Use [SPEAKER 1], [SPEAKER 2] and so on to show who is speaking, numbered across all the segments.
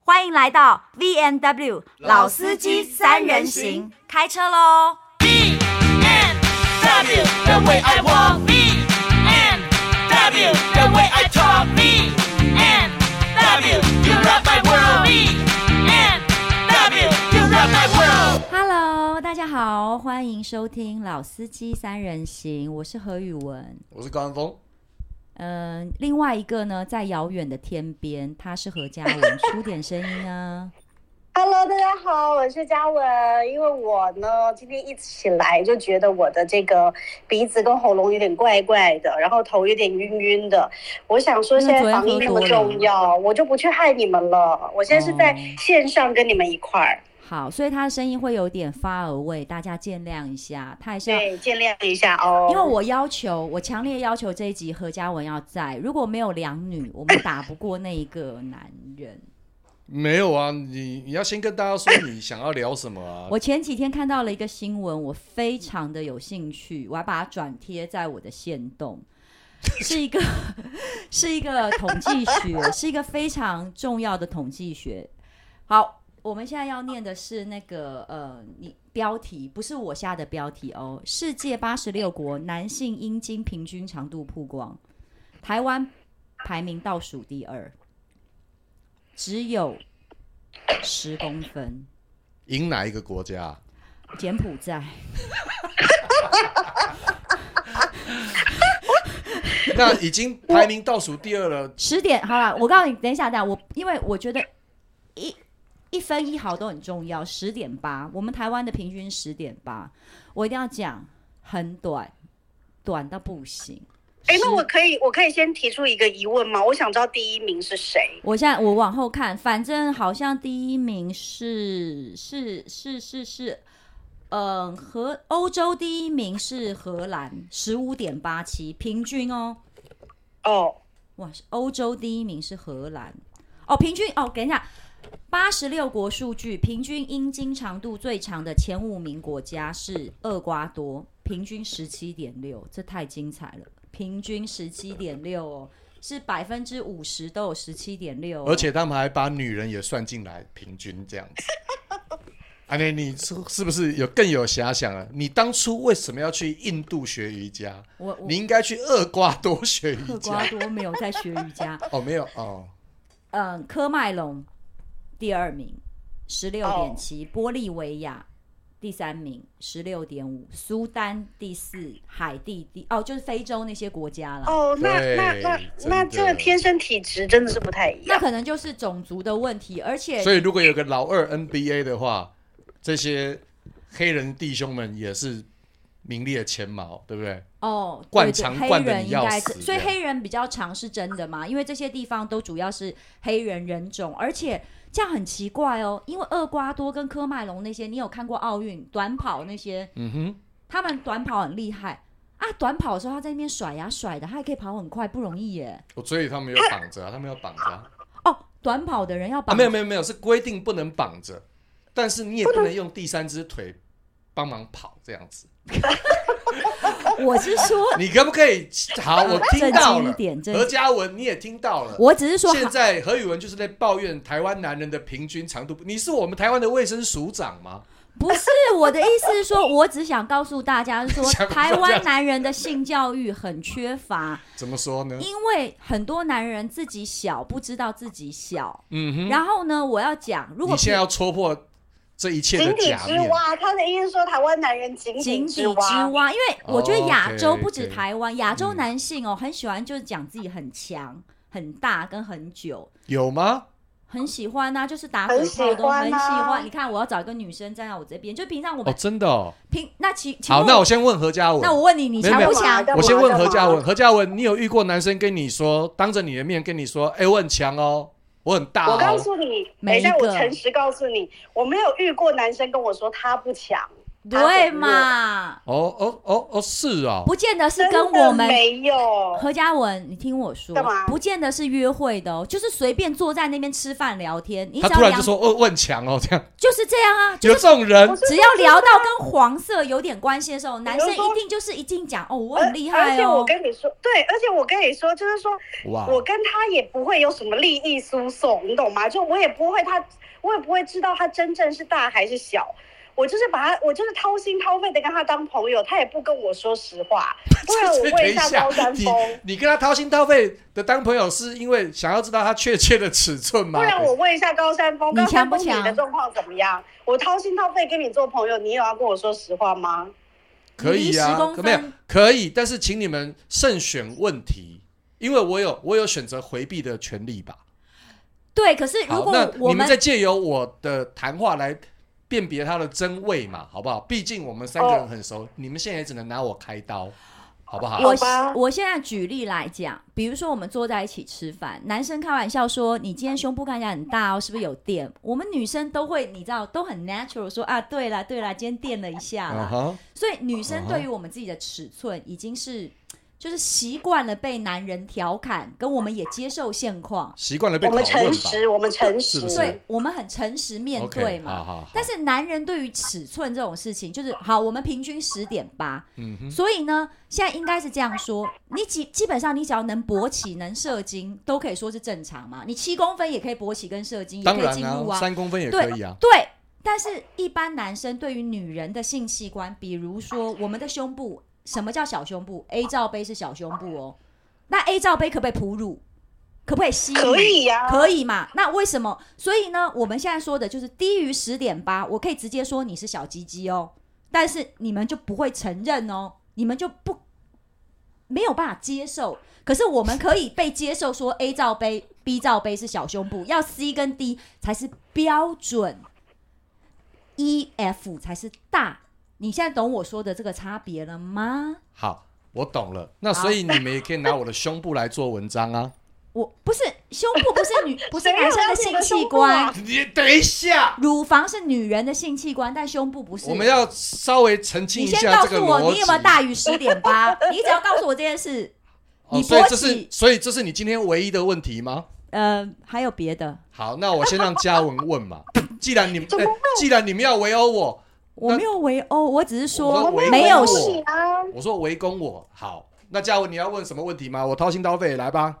[SPEAKER 1] 欢迎来到 V N W 老司机三人行，开车喽！
[SPEAKER 2] B and W, the way I walk. B and W, the way I talk. B and W, you rock my world. B and W, you rock my world.
[SPEAKER 1] Hello，大家好，欢迎收听《老司机三人行》，我是何宇文。
[SPEAKER 3] 我是高安峰，
[SPEAKER 1] 嗯、另外一个呢，在遥远的天边，他是何 嘉文，出点声音啊。
[SPEAKER 4] Hello，大家好，我是嘉文。因为我呢，今天一起来就觉得我的这个鼻子跟喉咙有点怪怪的，然后头有点晕晕的。我想说，现在防疫那么重要，我就不去害你们了。我现在是
[SPEAKER 1] 哦
[SPEAKER 4] 在线上跟你们一块儿，
[SPEAKER 1] 好，所以他的声音会有点发耳味，大家见谅一下。他还是要
[SPEAKER 4] 对，见谅一下哦。
[SPEAKER 1] 因为我要求，我强烈要求这一集何嘉文要在，如果没有两女，我们打不过那一个男人。
[SPEAKER 3] 没有啊，你你要先跟大家说你想要聊什么啊？
[SPEAKER 1] 我前几天看到了一个新闻，我非常的有兴趣，我还把它转贴在我的线动。 是一个 是一个统计学，是一个非常重要的统计学。好，我们现在要念的是那个呃，你标题不是我下的标题哦。世界八十六国男性阴茎平均长度曝光，台湾排名倒数第二，只有十公分。
[SPEAKER 3] 赢哪一个国家啊？
[SPEAKER 1] 柬埔寨，
[SPEAKER 3] 那已经排名倒数第二了，
[SPEAKER 1] 十点好了，我告诉你，等一下，等一下，我因为我觉得一一分一毫都很重要，十点八，我们台湾的平均十点八，我一定要讲很短，短到不行。
[SPEAKER 4] 哎，那
[SPEAKER 1] 十
[SPEAKER 4] 我可以，我可以先提出一个疑问吗？我想知道第一名是谁。
[SPEAKER 1] 我现在我往后看，反正好像第一名是是是是是，嗯，荷欧洲第一名是荷兰，十五点八七平均哦，
[SPEAKER 4] 哦，
[SPEAKER 1] 哇，是欧洲第一名是荷兰哦，平均哦，等一下，八十六国数据，平均阴茎长度最长的前五名国家是厄瓜多，平均十七点六，这太精彩了，平均十七点六哦，是百分之五十都有十七点六，哦
[SPEAKER 3] 而且他们还把女人也算进来，平均这样子。 阿内，你是是不是有更有遐想了？你当初为什么要去印度学瑜伽？
[SPEAKER 1] 我我
[SPEAKER 3] 你应该去厄瓜多学瑜
[SPEAKER 1] 厄瓜
[SPEAKER 3] 伽。
[SPEAKER 1] 多没有在学瑜伽，
[SPEAKER 3] 哦，没有 哦，
[SPEAKER 1] 嗯，科麦隆第二名，十六点
[SPEAKER 3] 哦
[SPEAKER 1] 七；玻利维亚第三名，十六点五；苏丹第四，海地第哦，就是非洲那些国家啦。
[SPEAKER 4] 哦，那那
[SPEAKER 3] 对
[SPEAKER 4] 那
[SPEAKER 3] 真
[SPEAKER 4] 那
[SPEAKER 3] 的
[SPEAKER 4] 这个天生体质真的是不太一
[SPEAKER 1] 那
[SPEAKER 4] 样。
[SPEAKER 1] 可能就是种族的问题，而且
[SPEAKER 3] 所以如果有个老二 NBA 的话，这些黑人弟兄们也是名列前茅，对不对？
[SPEAKER 1] 哦，对
[SPEAKER 3] 灌
[SPEAKER 1] 对
[SPEAKER 3] 肠
[SPEAKER 1] 黑
[SPEAKER 3] 灌得
[SPEAKER 1] 人
[SPEAKER 3] 你
[SPEAKER 1] 应
[SPEAKER 3] 要
[SPEAKER 1] 该
[SPEAKER 3] 死
[SPEAKER 1] 是，所以
[SPEAKER 3] 这样
[SPEAKER 1] 黑人比较长是真的嘛？因为这些地方都主要是黑人人种，而且这样很奇怪哦，因为厄瓜多跟科麦隆那些，你有看过奥运短跑那些？
[SPEAKER 3] 嗯哼。
[SPEAKER 1] 他们短跑很厉害啊，短跑的时候他在那边甩呀、甩的，他还可以跑很快，不容易耶。
[SPEAKER 3] 我哦所以他们有绑着啊，他们要绑着啊，
[SPEAKER 1] 哦，短跑的人要
[SPEAKER 3] 啊
[SPEAKER 1] 绑、
[SPEAKER 3] 没有没有没有，是规定不能绑着，但是你也不能用第三只腿帮忙跑这样子。
[SPEAKER 1] 我是说，
[SPEAKER 3] 你可不可以？好，我听
[SPEAKER 1] 正
[SPEAKER 3] 到
[SPEAKER 1] 经一
[SPEAKER 3] 了
[SPEAKER 1] 点正。经
[SPEAKER 3] 何嘉文，你也听到了。
[SPEAKER 1] 我只是说，
[SPEAKER 3] 现在何宇文就是在抱怨台湾男人的平均长度。你是我们台湾的卫生署长吗？，
[SPEAKER 1] 不是我的意思是说，我只想告诉大家说
[SPEAKER 3] 想不到
[SPEAKER 1] 台湾男人的性教育很缺乏，
[SPEAKER 3] 怎么说呢？
[SPEAKER 1] 因为很多男人自己小不知道自己小。
[SPEAKER 3] 嗯哼，
[SPEAKER 1] 然后呢，我要讲，如果
[SPEAKER 3] 你现在要戳破这一切的
[SPEAKER 4] 井底
[SPEAKER 3] 假
[SPEAKER 4] 之
[SPEAKER 3] 面。
[SPEAKER 4] 蛙，他的意思说台湾男人井
[SPEAKER 1] 井底
[SPEAKER 4] 底
[SPEAKER 1] 之
[SPEAKER 4] 之蛙。
[SPEAKER 1] 蛙，因为我觉得亚洲
[SPEAKER 3] 哦，OK，
[SPEAKER 1] 不止
[SPEAKER 3] OK 嗯
[SPEAKER 1] 台湾，亚洲男性哦，很喜欢就是讲自己很强、很大跟很久。
[SPEAKER 3] 有吗？
[SPEAKER 1] 很喜欢呐、就是打
[SPEAKER 4] 很
[SPEAKER 1] 嘴炮
[SPEAKER 4] 喜
[SPEAKER 1] 都很
[SPEAKER 4] 欢
[SPEAKER 1] 喜
[SPEAKER 4] 啊
[SPEAKER 1] 欢。你看，我要找一个女生站在我这边，就平常我
[SPEAKER 3] 哦，
[SPEAKER 1] 们
[SPEAKER 3] 真的哦。
[SPEAKER 1] 平那其其
[SPEAKER 3] 好，那我先问何嘉文。
[SPEAKER 1] 那我问你，你
[SPEAKER 3] 没有
[SPEAKER 1] 强
[SPEAKER 3] 没
[SPEAKER 1] 不
[SPEAKER 3] 有
[SPEAKER 1] 强？
[SPEAKER 4] 干
[SPEAKER 3] 我
[SPEAKER 4] 嘛
[SPEAKER 3] 先问何
[SPEAKER 4] 干
[SPEAKER 3] 嘉
[SPEAKER 4] 嘛
[SPEAKER 3] 文，何嘉文，你有遇过男生跟你说，当着你的面跟你说，哎、我很强哦，我很大、哦，
[SPEAKER 4] 我告诉你，等
[SPEAKER 1] 每一
[SPEAKER 4] 一下，
[SPEAKER 1] 个
[SPEAKER 4] 我诚实告诉你，我没有遇过男生跟我说他不强，
[SPEAKER 1] 对嘛？
[SPEAKER 3] 哦哦哦哦，是啊、
[SPEAKER 1] 不见得是
[SPEAKER 4] 真
[SPEAKER 1] 跟
[SPEAKER 4] 的
[SPEAKER 1] 我们
[SPEAKER 4] 没有，
[SPEAKER 1] 何嘉文，你听我说
[SPEAKER 4] 干嘛，
[SPEAKER 1] 不见得是约会的哦，就是随便坐在那边吃饭聊天，你
[SPEAKER 3] 他
[SPEAKER 1] 只
[SPEAKER 3] 突
[SPEAKER 1] 要聊
[SPEAKER 3] 然就，说：“哦，问强哦，这样
[SPEAKER 1] 就是这样啊，就
[SPEAKER 3] 有
[SPEAKER 1] 是
[SPEAKER 3] 这种人
[SPEAKER 4] 不是
[SPEAKER 1] 只要聊到跟黄色有点关系的时候，男生一定就是一定讲哦，我
[SPEAKER 4] 而
[SPEAKER 1] 很厉害
[SPEAKER 4] 而且我
[SPEAKER 1] 哦，
[SPEAKER 4] 跟你说，对，而且我跟你说，就是说
[SPEAKER 3] 哇！
[SPEAKER 4] 我跟他也不会有什么利益输送，你懂吗？就我也不会他，我也不会知道他真正是大还是小。我就是把他，我就是掏心掏肺的跟他当朋友，他也不跟我说实 话，不然我
[SPEAKER 3] 等
[SPEAKER 4] 问
[SPEAKER 3] 一
[SPEAKER 4] 下高
[SPEAKER 3] 下，
[SPEAKER 4] 山
[SPEAKER 3] 你
[SPEAKER 4] 峰，
[SPEAKER 3] 你跟他掏心掏肺的当朋友，是因为想要知道他确切的尺寸吗
[SPEAKER 4] 不？然我问一下高山峰，
[SPEAKER 1] 你
[SPEAKER 4] 高山
[SPEAKER 1] 强不
[SPEAKER 4] 峰你的
[SPEAKER 1] 强
[SPEAKER 4] 状况怎么样？我掏心掏肺跟你做朋友，你有要跟我说实话吗？
[SPEAKER 3] 可以
[SPEAKER 1] 你离
[SPEAKER 3] 啊
[SPEAKER 1] 10公，分
[SPEAKER 3] 可没有可以，但是请你们慎选问题，因为我有我有选择回避的权利吧。
[SPEAKER 1] 对。可是 如
[SPEAKER 3] 好，
[SPEAKER 1] 果
[SPEAKER 3] 那
[SPEAKER 1] 我
[SPEAKER 3] 你们
[SPEAKER 1] 们
[SPEAKER 3] 再借由我的谈话来辨别他的真伪嘛，好不好？毕竟我们三个人很
[SPEAKER 1] 哦
[SPEAKER 3] 熟，你们现在也只能拿我开刀，好不好？
[SPEAKER 1] 我
[SPEAKER 4] 好吧
[SPEAKER 1] 我现在举例来讲，比如说我们坐在一起吃饭，男生开玩笑说：“你今天胸部看起来很大哦，是不是有垫？”我们女生都会，你知道，都很 natural 说：“啊，对啦对啦，今天垫了一下啦。
[SPEAKER 3] 嗯哼，
[SPEAKER 1] 所以女生对于我们自己的尺寸已经是。就是习惯了被男人调侃，跟我们也接受现况，
[SPEAKER 3] 习惯了被
[SPEAKER 4] 我
[SPEAKER 3] 拷
[SPEAKER 4] 们诚
[SPEAKER 3] 问吧。
[SPEAKER 4] 实，我们诚
[SPEAKER 3] 是不
[SPEAKER 4] 实，
[SPEAKER 3] 是
[SPEAKER 1] 对我们很诚实面
[SPEAKER 3] OK，
[SPEAKER 1] 对嘛。
[SPEAKER 3] 好好好
[SPEAKER 1] 但是男人对于尺寸这种事情，就是好，我们平均十点八，
[SPEAKER 3] 嗯哼，
[SPEAKER 1] 所以呢，现在应该是这样说：你基基本上你只要能勃起、能射精，都可以说是正常嘛。你七公分也可以勃起跟射精，也
[SPEAKER 3] 当
[SPEAKER 1] 可以
[SPEAKER 3] 然
[SPEAKER 1] 进入
[SPEAKER 3] 啊，
[SPEAKER 1] 啊。
[SPEAKER 3] 三公分也
[SPEAKER 1] 对
[SPEAKER 3] 可以啊。
[SPEAKER 1] 对，但是一般男生对于女人的性器官，比如说我们的胸部，什么叫小胸部？A 罩杯是小胸部哦，那 A 罩杯可不可以哺乳？可不可以吸？
[SPEAKER 4] 可。以呀、
[SPEAKER 1] 可以嘛？那为什么？所以呢，我们现在说的就是低于十点八，我可以直接说你是小鸡鸡哦，但是你们就不会承认哦，你们就不没有办法接受。可是我们可以被接受说 A 罩杯、B 罩杯是小胸部，要 C 跟 D 才是标准，E F 才是大。你现在懂我说的这个差别了吗？
[SPEAKER 3] 好，我懂了。那所以你们也可以拿我的胸部来做文章啊。
[SPEAKER 1] 我不是胸部，不是 女，不是
[SPEAKER 4] 谁
[SPEAKER 1] 男
[SPEAKER 4] 有
[SPEAKER 1] 生
[SPEAKER 4] 要
[SPEAKER 1] 的
[SPEAKER 4] 你
[SPEAKER 1] 性
[SPEAKER 4] 的胸
[SPEAKER 1] 器
[SPEAKER 4] 部
[SPEAKER 1] 官
[SPEAKER 4] 啊。
[SPEAKER 3] 你等一下，
[SPEAKER 1] 乳房是女人的性器官，但胸部不是。
[SPEAKER 3] 我们要稍微澄清
[SPEAKER 1] 你
[SPEAKER 3] 一
[SPEAKER 1] 先
[SPEAKER 3] 下
[SPEAKER 1] 告
[SPEAKER 3] 这个
[SPEAKER 1] 诉
[SPEAKER 3] 逻
[SPEAKER 1] 我，
[SPEAKER 3] 辑。
[SPEAKER 1] 你有没有大于十点八？ 你只要告诉我这件事，
[SPEAKER 3] 哦，
[SPEAKER 1] 你
[SPEAKER 3] 所以
[SPEAKER 1] 勃
[SPEAKER 3] 这是
[SPEAKER 1] 起，
[SPEAKER 3] 所以这是你今天唯一的问题吗？
[SPEAKER 1] 呃，还有别的，
[SPEAKER 3] 好，那我先让嘉文问嘛。 既然你们、哎既然你们要围殴我，
[SPEAKER 1] 我没有围殴，我只是
[SPEAKER 3] 我
[SPEAKER 1] 说
[SPEAKER 3] 们
[SPEAKER 1] 没有
[SPEAKER 3] 围
[SPEAKER 1] 事
[SPEAKER 3] 殴
[SPEAKER 4] 你啊。
[SPEAKER 3] 我说围攻我，好，那嘉文你要问什么问题吗？我掏心掏肺来吧。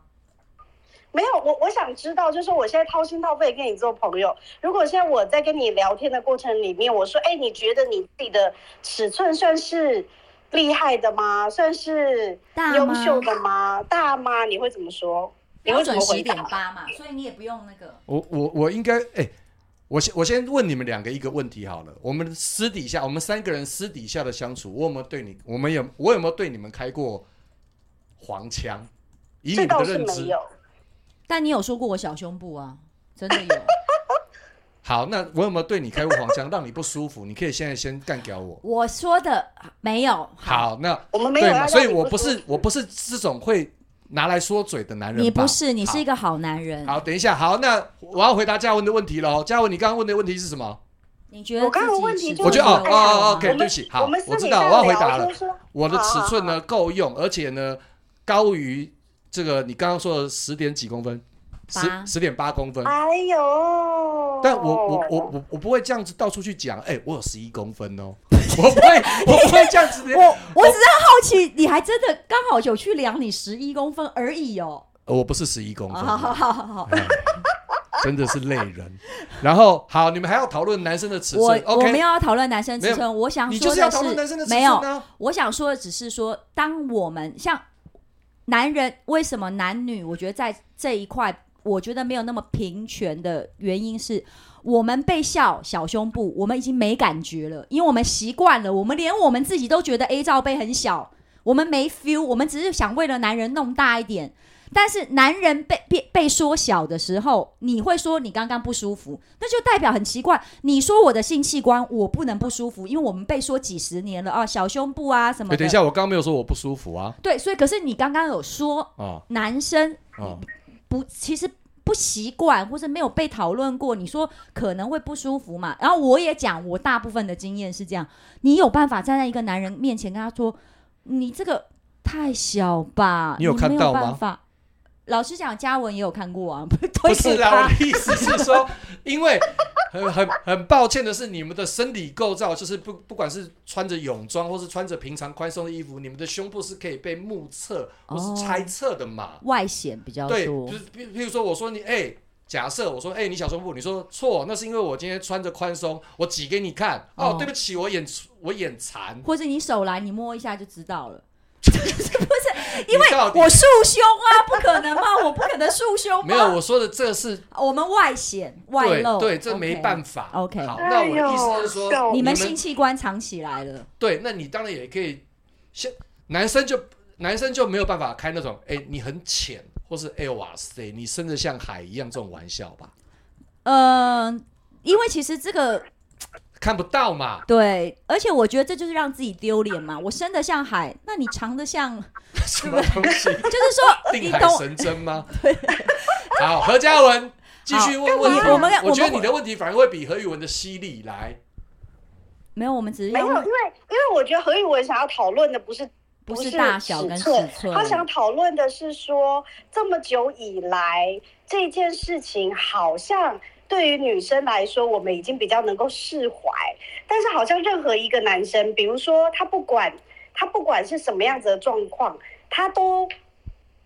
[SPEAKER 4] 没有，我我想知道，就是我现在掏心掏肺跟你做朋友。如果现在我在跟你聊天的过程里面，我说，哎，你觉得你自己的尺寸算是厉害的吗？算是
[SPEAKER 1] 大
[SPEAKER 4] 优
[SPEAKER 1] 吗
[SPEAKER 4] 秀的吗？大吗？你会怎么说？你
[SPEAKER 1] 标
[SPEAKER 4] 会怎
[SPEAKER 1] 准
[SPEAKER 4] 么
[SPEAKER 1] 十
[SPEAKER 4] 回
[SPEAKER 1] 点
[SPEAKER 4] 答？
[SPEAKER 1] 八嘛，所以你也不用那个。
[SPEAKER 3] 我我我应该哎、我先我先问你们两个一个问题好了。我们私底下，我们三个人私底下的相处，我有没有对你，我们有我有没有对你们开过黄腔？以你
[SPEAKER 4] 这
[SPEAKER 3] 们的
[SPEAKER 4] 倒是
[SPEAKER 3] 认
[SPEAKER 4] 没
[SPEAKER 3] 知，
[SPEAKER 4] 有。
[SPEAKER 1] 但你有说过我小胸部啊，真的有。
[SPEAKER 3] 好，那我有没有对你开过黄腔， 让你不舒服？你可以现在先干掉 我。
[SPEAKER 1] 我说的没有。
[SPEAKER 3] 好，那
[SPEAKER 4] 我们没有
[SPEAKER 3] 对
[SPEAKER 4] 要
[SPEAKER 3] 嘛？
[SPEAKER 4] 让
[SPEAKER 3] 所以
[SPEAKER 4] 你
[SPEAKER 3] 我
[SPEAKER 4] 不
[SPEAKER 3] 不
[SPEAKER 4] 舒
[SPEAKER 3] 是我不是这种会拿来说嘴的男人吧，
[SPEAKER 1] 你不是，你是一
[SPEAKER 3] 个
[SPEAKER 1] 个好男人。
[SPEAKER 3] 好。等一下，好，那我要回答嘉文的问题喽。嘉文，你刚刚问的问题是什么？
[SPEAKER 1] 你觉得
[SPEAKER 4] 我刚刚
[SPEAKER 1] 自己
[SPEAKER 4] 问题
[SPEAKER 1] 尺寸
[SPEAKER 4] 就
[SPEAKER 3] 是我觉得
[SPEAKER 1] 有
[SPEAKER 3] 哦哦
[SPEAKER 1] 吗
[SPEAKER 3] 哦，OK
[SPEAKER 4] 我啊们
[SPEAKER 3] 对不起好
[SPEAKER 4] 我们
[SPEAKER 3] 我
[SPEAKER 4] 私
[SPEAKER 3] 知
[SPEAKER 4] 底
[SPEAKER 3] 道
[SPEAKER 4] 下
[SPEAKER 3] 我要回
[SPEAKER 4] 聊
[SPEAKER 3] 答了
[SPEAKER 4] 就是说
[SPEAKER 3] 我的尺寸呢够用，而且呢高于这个你刚刚说的十点几公分，
[SPEAKER 1] 八哦
[SPEAKER 3] 十十点八公分。
[SPEAKER 4] 哎呦，
[SPEAKER 3] 但我我我我我不会这样子到处去讲，哎、我有十一公分哦， 我不会我不会这样子。
[SPEAKER 1] 我我只是好奇，你还真的刚好有去量你十一公分而已哦。
[SPEAKER 3] 呃我不是十一公分，哎
[SPEAKER 1] 好好好好好。
[SPEAKER 3] 真的是累人。然后好，你们还要讨论男生的尺
[SPEAKER 1] 我
[SPEAKER 3] 寸
[SPEAKER 1] 我没
[SPEAKER 3] ，OK？
[SPEAKER 1] 有要讨论男生尺
[SPEAKER 3] 没
[SPEAKER 1] 寸，我想
[SPEAKER 3] 你
[SPEAKER 1] 说
[SPEAKER 3] 就是要
[SPEAKER 1] 的
[SPEAKER 3] 讨论男生的尺寸
[SPEAKER 1] 没有，
[SPEAKER 3] 啊。
[SPEAKER 1] 我想说的只是说，当我们像男人，为什么男女？我觉得在这一块，我觉得没有那么平权的原因是。我们被笑小胸部，我们已经没感觉了，因为我们习惯了，我们连我们自己都觉得 A 罩杯很小，我们没 feel，我们只是想为了男人弄大一点。但是男人被被被说小的时候，你会说你刚刚不舒服，那就代表很奇怪。你说我的性器官我不能不舒服，因为我们被说几十年了啊，小胸部啊什么
[SPEAKER 3] 哎
[SPEAKER 1] 的。
[SPEAKER 3] 等一下，我刚刚没有说我不舒服啊，
[SPEAKER 1] 对，所以可是你刚刚有说
[SPEAKER 3] 啊、
[SPEAKER 1] 男生
[SPEAKER 3] 哦、
[SPEAKER 1] 不，其实不习惯或是没有被讨论过，你说可能会不舒服嘛。然后我也讲，我大部分的经验是这样，你有办法站在一个男人面前跟他说，你这个太小吧？你
[SPEAKER 3] 你有看到吗
[SPEAKER 1] 没有办法老实讲，嘉文也有看过啊，
[SPEAKER 3] 不
[SPEAKER 1] 不
[SPEAKER 3] 是啦，我的意思是说，因为很很很抱歉的是，你们的生理构造就是不不管是穿着泳装或是穿着平常宽松的衣服，你们的胸部是可以被目测或
[SPEAKER 1] 哦
[SPEAKER 3] 是猜测的嘛？
[SPEAKER 1] 外显比较
[SPEAKER 3] 对，
[SPEAKER 1] 多
[SPEAKER 3] 就，是譬譬如说，我说你哎、假设我说哎、你小胸部，你说错，那是因为我今天穿着宽松，我挤给你看。哦，
[SPEAKER 1] 哦
[SPEAKER 3] 对不起，我眼我眼馋，
[SPEAKER 1] 或者你手来你摸一下就知道了。
[SPEAKER 3] 因为到底
[SPEAKER 1] 我束胸啊，不可能吗？我不可能束胸吗？
[SPEAKER 3] 没有我说的这是
[SPEAKER 1] 我们外显外
[SPEAKER 3] 对
[SPEAKER 1] 露，
[SPEAKER 3] 对，这没办
[SPEAKER 1] 法。
[SPEAKER 3] 法。
[SPEAKER 1] OK
[SPEAKER 3] 好，那我的意
[SPEAKER 4] 哎
[SPEAKER 3] 思
[SPEAKER 4] 呦
[SPEAKER 3] 是说，
[SPEAKER 4] 笑
[SPEAKER 1] 你们
[SPEAKER 3] 哦们
[SPEAKER 1] 性器官藏起来了，
[SPEAKER 3] 对，那你当然也可以，像男生就男生就没有办法开那种，哎、你很浅，或是哎、哇塞，你深的像海一样这种玩笑吧，
[SPEAKER 1] 嗯、因为其实这个
[SPEAKER 3] 看不 到嘛，
[SPEAKER 1] 对，而且我觉得这就是让自己丢脸嘛。我深的像海，那你长的 像，
[SPEAKER 3] 什么东西？
[SPEAKER 1] 就是说你
[SPEAKER 3] 定海
[SPEAKER 1] 懂，
[SPEAKER 3] 神针 吗？ 好，何嘉文继续问问题。
[SPEAKER 1] 好我们
[SPEAKER 3] 我觉
[SPEAKER 1] 我们
[SPEAKER 3] 得你的问题反而会比何宇文的犀利来。
[SPEAKER 1] 没有，我们只是
[SPEAKER 4] 没有，因
[SPEAKER 1] 用
[SPEAKER 4] 为因为我觉得何宇文想要讨论的不是
[SPEAKER 1] 不是
[SPEAKER 4] 是
[SPEAKER 1] 大小跟尺
[SPEAKER 4] 寸，
[SPEAKER 1] 寸
[SPEAKER 4] 他想讨论的是说，这么久以来这件事情好像。对于女生来说，我们已经比较能够释怀，但是好像任何一个男生，比如说他不管他不管是什么样子的状况，他都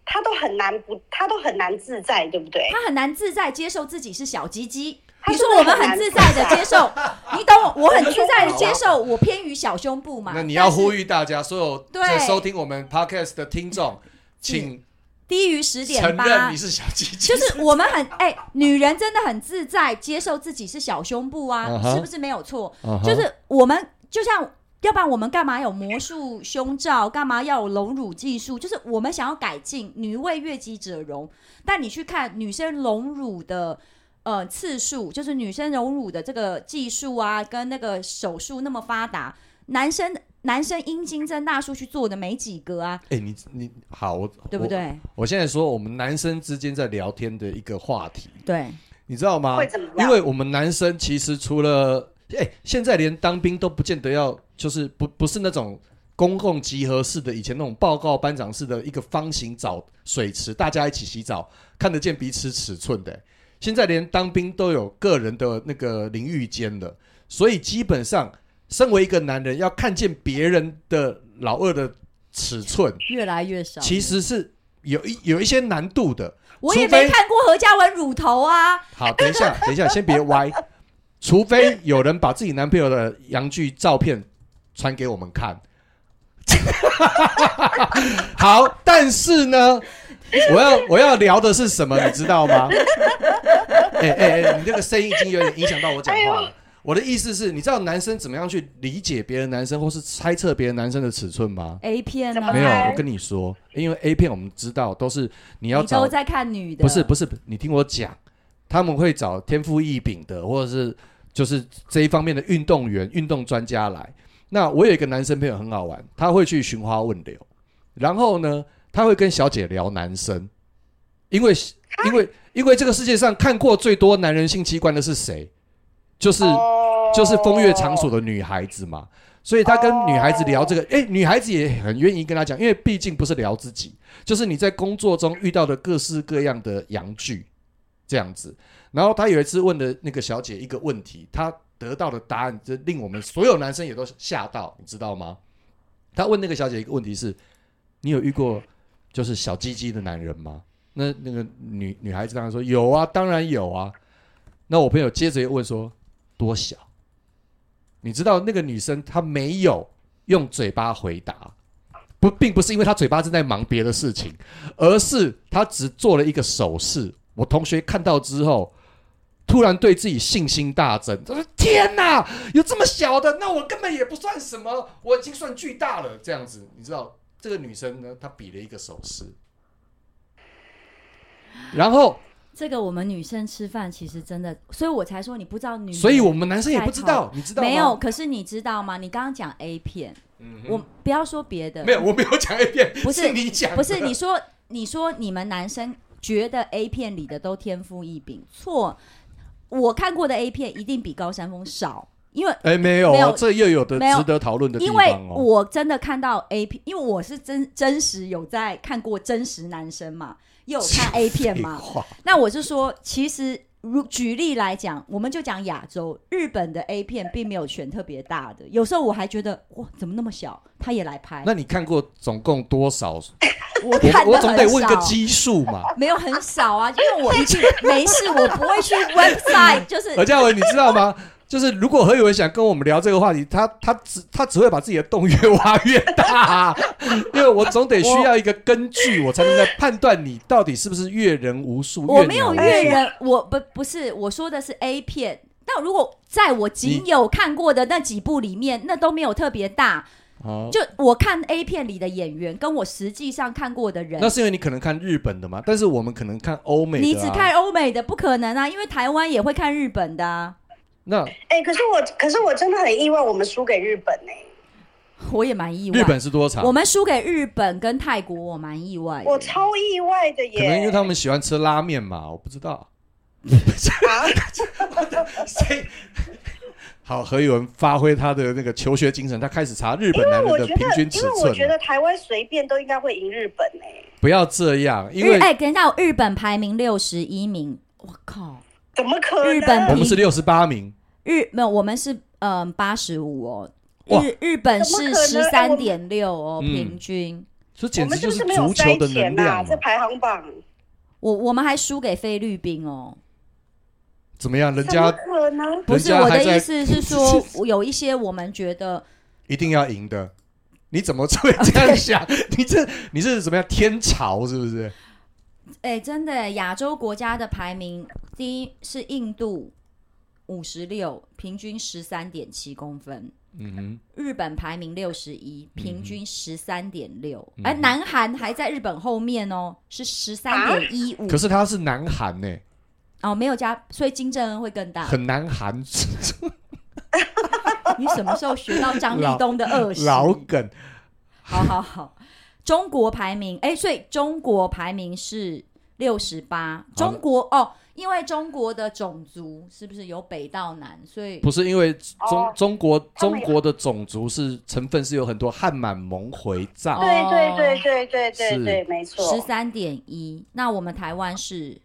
[SPEAKER 4] 他都很难不他都很难自在，对不对？
[SPEAKER 1] 他很难自在接受自己是小鸡鸡。
[SPEAKER 4] 他
[SPEAKER 1] 你
[SPEAKER 4] 真的
[SPEAKER 1] 说我们
[SPEAKER 4] 很
[SPEAKER 1] 很
[SPEAKER 4] 难
[SPEAKER 1] 自
[SPEAKER 4] 自
[SPEAKER 1] 在的
[SPEAKER 4] 在
[SPEAKER 1] 接 受，你懂我，我很自在的
[SPEAKER 3] 我
[SPEAKER 1] 接受，我偏于小胸部嘛。
[SPEAKER 3] 那你要
[SPEAKER 1] 但是
[SPEAKER 3] 呼吁大家，所有
[SPEAKER 1] 对
[SPEAKER 3] 在收听我们 podcast 的听众，请
[SPEAKER 1] 低于十
[SPEAKER 3] 承
[SPEAKER 1] 点
[SPEAKER 3] 认
[SPEAKER 1] 八
[SPEAKER 3] 你，是小鸡 鸡。
[SPEAKER 1] 就是我们很哎、女人真的很自在接受自己是小胸部 啊
[SPEAKER 3] 嗯哼
[SPEAKER 1] 是不是没有错
[SPEAKER 3] 嗯哼
[SPEAKER 1] 就是我们就像。要不然我们干嘛有魔术胸罩？干嘛要有隆乳技术？就是我们想要改进“女为悦己者容”，但你去看女生隆乳的呃次数，就是女生隆乳的这个技术啊，跟那个手术那么发达，男生男生阴茎增大术去做的没几个啊，
[SPEAKER 3] 哎、你你好，我
[SPEAKER 1] 对不？对？
[SPEAKER 3] 我现在说我们男生之间在聊天的一个话题，
[SPEAKER 1] 对，
[SPEAKER 3] 你知道吗？
[SPEAKER 4] 会怎么样
[SPEAKER 3] 因为我们男生其实除了哎、现在连当兵都不见得要，就是不不是那种公共集合式的，以前那种报告班长式的一个方形澡水池，大家一起洗澡，看得见彼此尺寸的、现在连当兵都有个人的那个淋浴间了，所以基本上，身为一个男人，要看见别人的老二的尺寸，
[SPEAKER 1] 越来越少。
[SPEAKER 3] 其实是有一有一些难度的。
[SPEAKER 1] 我也
[SPEAKER 3] 除非
[SPEAKER 1] 没看过何嘉文乳头啊，
[SPEAKER 3] 好，等一下， 等一下，先别歪。除非有人把自己男朋友的阳具照片传给我们看。 好，但是呢，我要我要聊的是什么，你知道吗？ 哎哎哎，你这个声音已经有点影响到我讲话了。我的意思是，你知道男生怎么样去理解别人男生，或是猜测别人男生的尺寸吗？
[SPEAKER 1] ，A 片
[SPEAKER 4] 怎
[SPEAKER 1] 啊，
[SPEAKER 4] 么
[SPEAKER 3] 没有，
[SPEAKER 4] 了
[SPEAKER 3] 我跟你说，因为 A 片我们知道都是你要
[SPEAKER 1] 你都
[SPEAKER 3] 找
[SPEAKER 1] 在看女的，
[SPEAKER 3] 不是不
[SPEAKER 1] 是，
[SPEAKER 3] 是，你听我讲，他们会找天赋异禀的，或者是就是这一方面的运动员、运动专家来。那我有一个男生朋友很好玩，他会去寻花问柳，然后呢，他会跟小姐聊男生，因为因为因为这个世界上看过最多男人性器官的是谁？就是
[SPEAKER 4] 哦
[SPEAKER 3] 就是风月场所的女孩子嘛，所以他跟女孩子聊这个，诶，女孩子也很愿意跟他讲，因为毕竟不是聊自己，就是你在工作中遇到的各式各样的洋剧这样子。然后他有一次问的那个小姐一个问题，他得到的答案就令我们所有男生也都吓到，你知道吗？他问那个小姐一个问题是：你有遇过就是小鸡鸡的男人吗？那那个女女孩子当然说有啊，当然有啊。那我朋友接着又问说多小？你知道那个女生她没有用嘴巴回答，不，并不是因为她嘴巴正在忙别的事情，而是她只做了一个手势。我同学看到之后，突然对自己信心大增，他说：“天哪，有这么小的？那我根本也不算什么，我已经算巨大了。”这样子，你知道这个女生呢，她比了一个手势，然后，
[SPEAKER 1] 这个我们女生吃饭其实真的，所以我才说你不知道女人，
[SPEAKER 3] 所以我们男生也不知
[SPEAKER 1] 太
[SPEAKER 3] 道
[SPEAKER 1] 好，
[SPEAKER 3] 你知道吗嗯
[SPEAKER 1] 没有，，可是你知道吗？你刚刚讲 A 片，我不要说别的，
[SPEAKER 3] 没有，我没有讲 A 片，
[SPEAKER 1] 不
[SPEAKER 3] 是
[SPEAKER 1] 是
[SPEAKER 3] 你讲的，
[SPEAKER 1] 不是你说你说你们男生觉得 A 片里的都天赋异禀，错。我看过的 A 片一定比高山峰少，因为
[SPEAKER 3] 哎，没有
[SPEAKER 1] 没有
[SPEAKER 3] 哦，这又有的
[SPEAKER 1] 没有
[SPEAKER 3] 值得讨论的地
[SPEAKER 1] 因为
[SPEAKER 3] 方哦。
[SPEAKER 1] 我真的看到 A 片，因为我是真真实有在看过真实男生嘛，也有看 A 片嘛
[SPEAKER 3] 废，话
[SPEAKER 1] 那我是说，其实如举例来讲，我们就讲亚洲，日本的 A 片并没有选特别大的，有时候我还觉得哇，怎么那么小，他也来拍，
[SPEAKER 3] 那你看过总共多少？我
[SPEAKER 1] 我看
[SPEAKER 3] 我
[SPEAKER 1] 得
[SPEAKER 3] 总
[SPEAKER 1] 很
[SPEAKER 3] 得问个
[SPEAKER 1] 少
[SPEAKER 3] 基数 嘛。
[SPEAKER 1] 没有很少啊，因为我一去没事，我不 会去 website，就是
[SPEAKER 3] 何嘉文，你知道吗？就是如果何以文想跟我们聊这个话题，他他只他只会把自己的洞越挖越大、 因为我总得需要一个根据，我才能来判断你到底是不是阅人无数。
[SPEAKER 1] 我没有
[SPEAKER 3] 阅鸟
[SPEAKER 1] 阅
[SPEAKER 3] 无数
[SPEAKER 1] 人，我不不是我说的是 A 片。那如果在我仅有看过的那几部里面，那都没有特别大。
[SPEAKER 3] 哦，
[SPEAKER 1] 就我看 A 片里的演员，跟我实际上看过的人
[SPEAKER 3] 那，是因为你可能看日本的嘛，但是我们可能看欧美的、啊。
[SPEAKER 1] 你只看欧美的不可能啊，因为台湾也会看日本的啊。
[SPEAKER 3] 那
[SPEAKER 4] 哎、可是我，可是我真的很意外，我们输给日本哎、
[SPEAKER 1] 我也蛮意外，
[SPEAKER 3] 日本是啊多长
[SPEAKER 1] 我？们输给日本跟泰国，我蛮意外的。
[SPEAKER 4] 我超意外的耶。
[SPEAKER 3] 可能因为他们喜欢吃拉面嘛，我不知道。谁？好，何以文发挥他的那个求学精神，他开始查日
[SPEAKER 4] 因
[SPEAKER 3] 本
[SPEAKER 4] 为
[SPEAKER 3] 男
[SPEAKER 4] 我
[SPEAKER 3] 人的
[SPEAKER 4] 觉
[SPEAKER 3] 平
[SPEAKER 4] 得，
[SPEAKER 3] 均
[SPEAKER 4] 因
[SPEAKER 3] 尺
[SPEAKER 4] 为我
[SPEAKER 3] 寸啊
[SPEAKER 4] 觉。得台湾随便都应该会赢日本哎、
[SPEAKER 3] 不要这样，因
[SPEAKER 1] 日
[SPEAKER 3] 为
[SPEAKER 1] 哎、等一下，日本排名六十一名，我靠，
[SPEAKER 4] 怎么可能？
[SPEAKER 1] 日本
[SPEAKER 3] 我
[SPEAKER 1] 比
[SPEAKER 3] 们是六十八名，
[SPEAKER 1] 日没有，我们是嗯八十五哦，
[SPEAKER 3] 哇
[SPEAKER 1] 日日本是
[SPEAKER 4] 怎
[SPEAKER 1] 十
[SPEAKER 4] 么可能哎
[SPEAKER 1] 三点六哦，
[SPEAKER 3] 嗯
[SPEAKER 1] 平均。
[SPEAKER 3] 这
[SPEAKER 4] 我
[SPEAKER 3] 简
[SPEAKER 4] 们
[SPEAKER 3] 直
[SPEAKER 4] 是
[SPEAKER 3] 就
[SPEAKER 4] 不是没有
[SPEAKER 3] 足球
[SPEAKER 4] 塞
[SPEAKER 3] 的
[SPEAKER 4] 钱
[SPEAKER 3] 能
[SPEAKER 4] 呐、
[SPEAKER 3] 量啊
[SPEAKER 4] 这
[SPEAKER 3] 嘛。
[SPEAKER 4] 排行榜
[SPEAKER 1] 我我们还输给菲律宾哦，
[SPEAKER 3] 怎么样？人
[SPEAKER 4] 怎么
[SPEAKER 3] 家
[SPEAKER 4] 可能？
[SPEAKER 1] 不是
[SPEAKER 3] 人家
[SPEAKER 1] 我
[SPEAKER 3] 还
[SPEAKER 1] 的
[SPEAKER 3] 在
[SPEAKER 1] 意思是说， 我有一些我们觉得
[SPEAKER 3] 一定要赢的，你怎么会这样想？你这你这是怎么样？天朝是不是？
[SPEAKER 1] 哎、真的，亚洲国家的排名第一是印度，五十六，平均十三点七公分；
[SPEAKER 3] 嗯哼，
[SPEAKER 1] 日本排名六十一，平均十三点六。
[SPEAKER 3] 嗯
[SPEAKER 1] 而南韩还在日本后面哦，是十三点一五
[SPEAKER 3] 可。是他是南韩呢，
[SPEAKER 1] 哦，没有加，所以金正恩会更大。
[SPEAKER 3] 很南韩
[SPEAKER 1] 你什么时候学到张立
[SPEAKER 3] 老
[SPEAKER 1] 东的恶习？
[SPEAKER 3] 老梗。
[SPEAKER 1] 好好好，中国排名，哎、所以中国排名是六十八。
[SPEAKER 3] 好
[SPEAKER 1] 中国哦，因为中国的种族是不是由北到南，所以
[SPEAKER 3] 不是因为中
[SPEAKER 4] 哦
[SPEAKER 3] 中国
[SPEAKER 4] 他
[SPEAKER 3] 中
[SPEAKER 4] 们有
[SPEAKER 3] 国的种族是成分是有很多汉满蒙回藏
[SPEAKER 1] 哦，
[SPEAKER 4] 对对对对对对对，没
[SPEAKER 1] 十
[SPEAKER 4] 错。
[SPEAKER 1] 三点一。那我们台湾是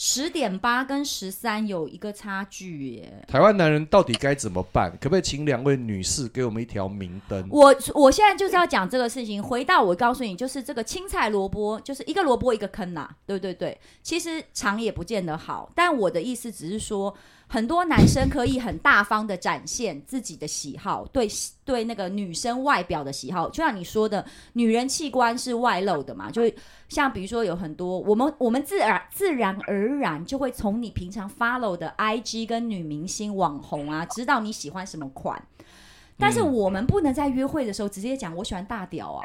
[SPEAKER 1] 十点八跟十三有一个差距耶。
[SPEAKER 3] 台湾男人到底该怎么办？可不可以请两位女士给我们一条明灯？
[SPEAKER 1] 我我现在就是要讲这个事情。回到我告诉你，就是这个青菜萝卜，就是一个萝卜一个坑啦、对对对，其实长也不见得好，但我的意思只是说，很多男生可以很大方的展现自己的喜好，对对那个女生外表的喜好，就像你说的，女人器官是外露的嘛，就是像比如说有很多我们我们自然自然而然就会从你平常 follow 的 IG 跟女明星网红啊，知道你喜欢什么款。但是我们不能在约会的时候直接讲我喜欢大屌啊，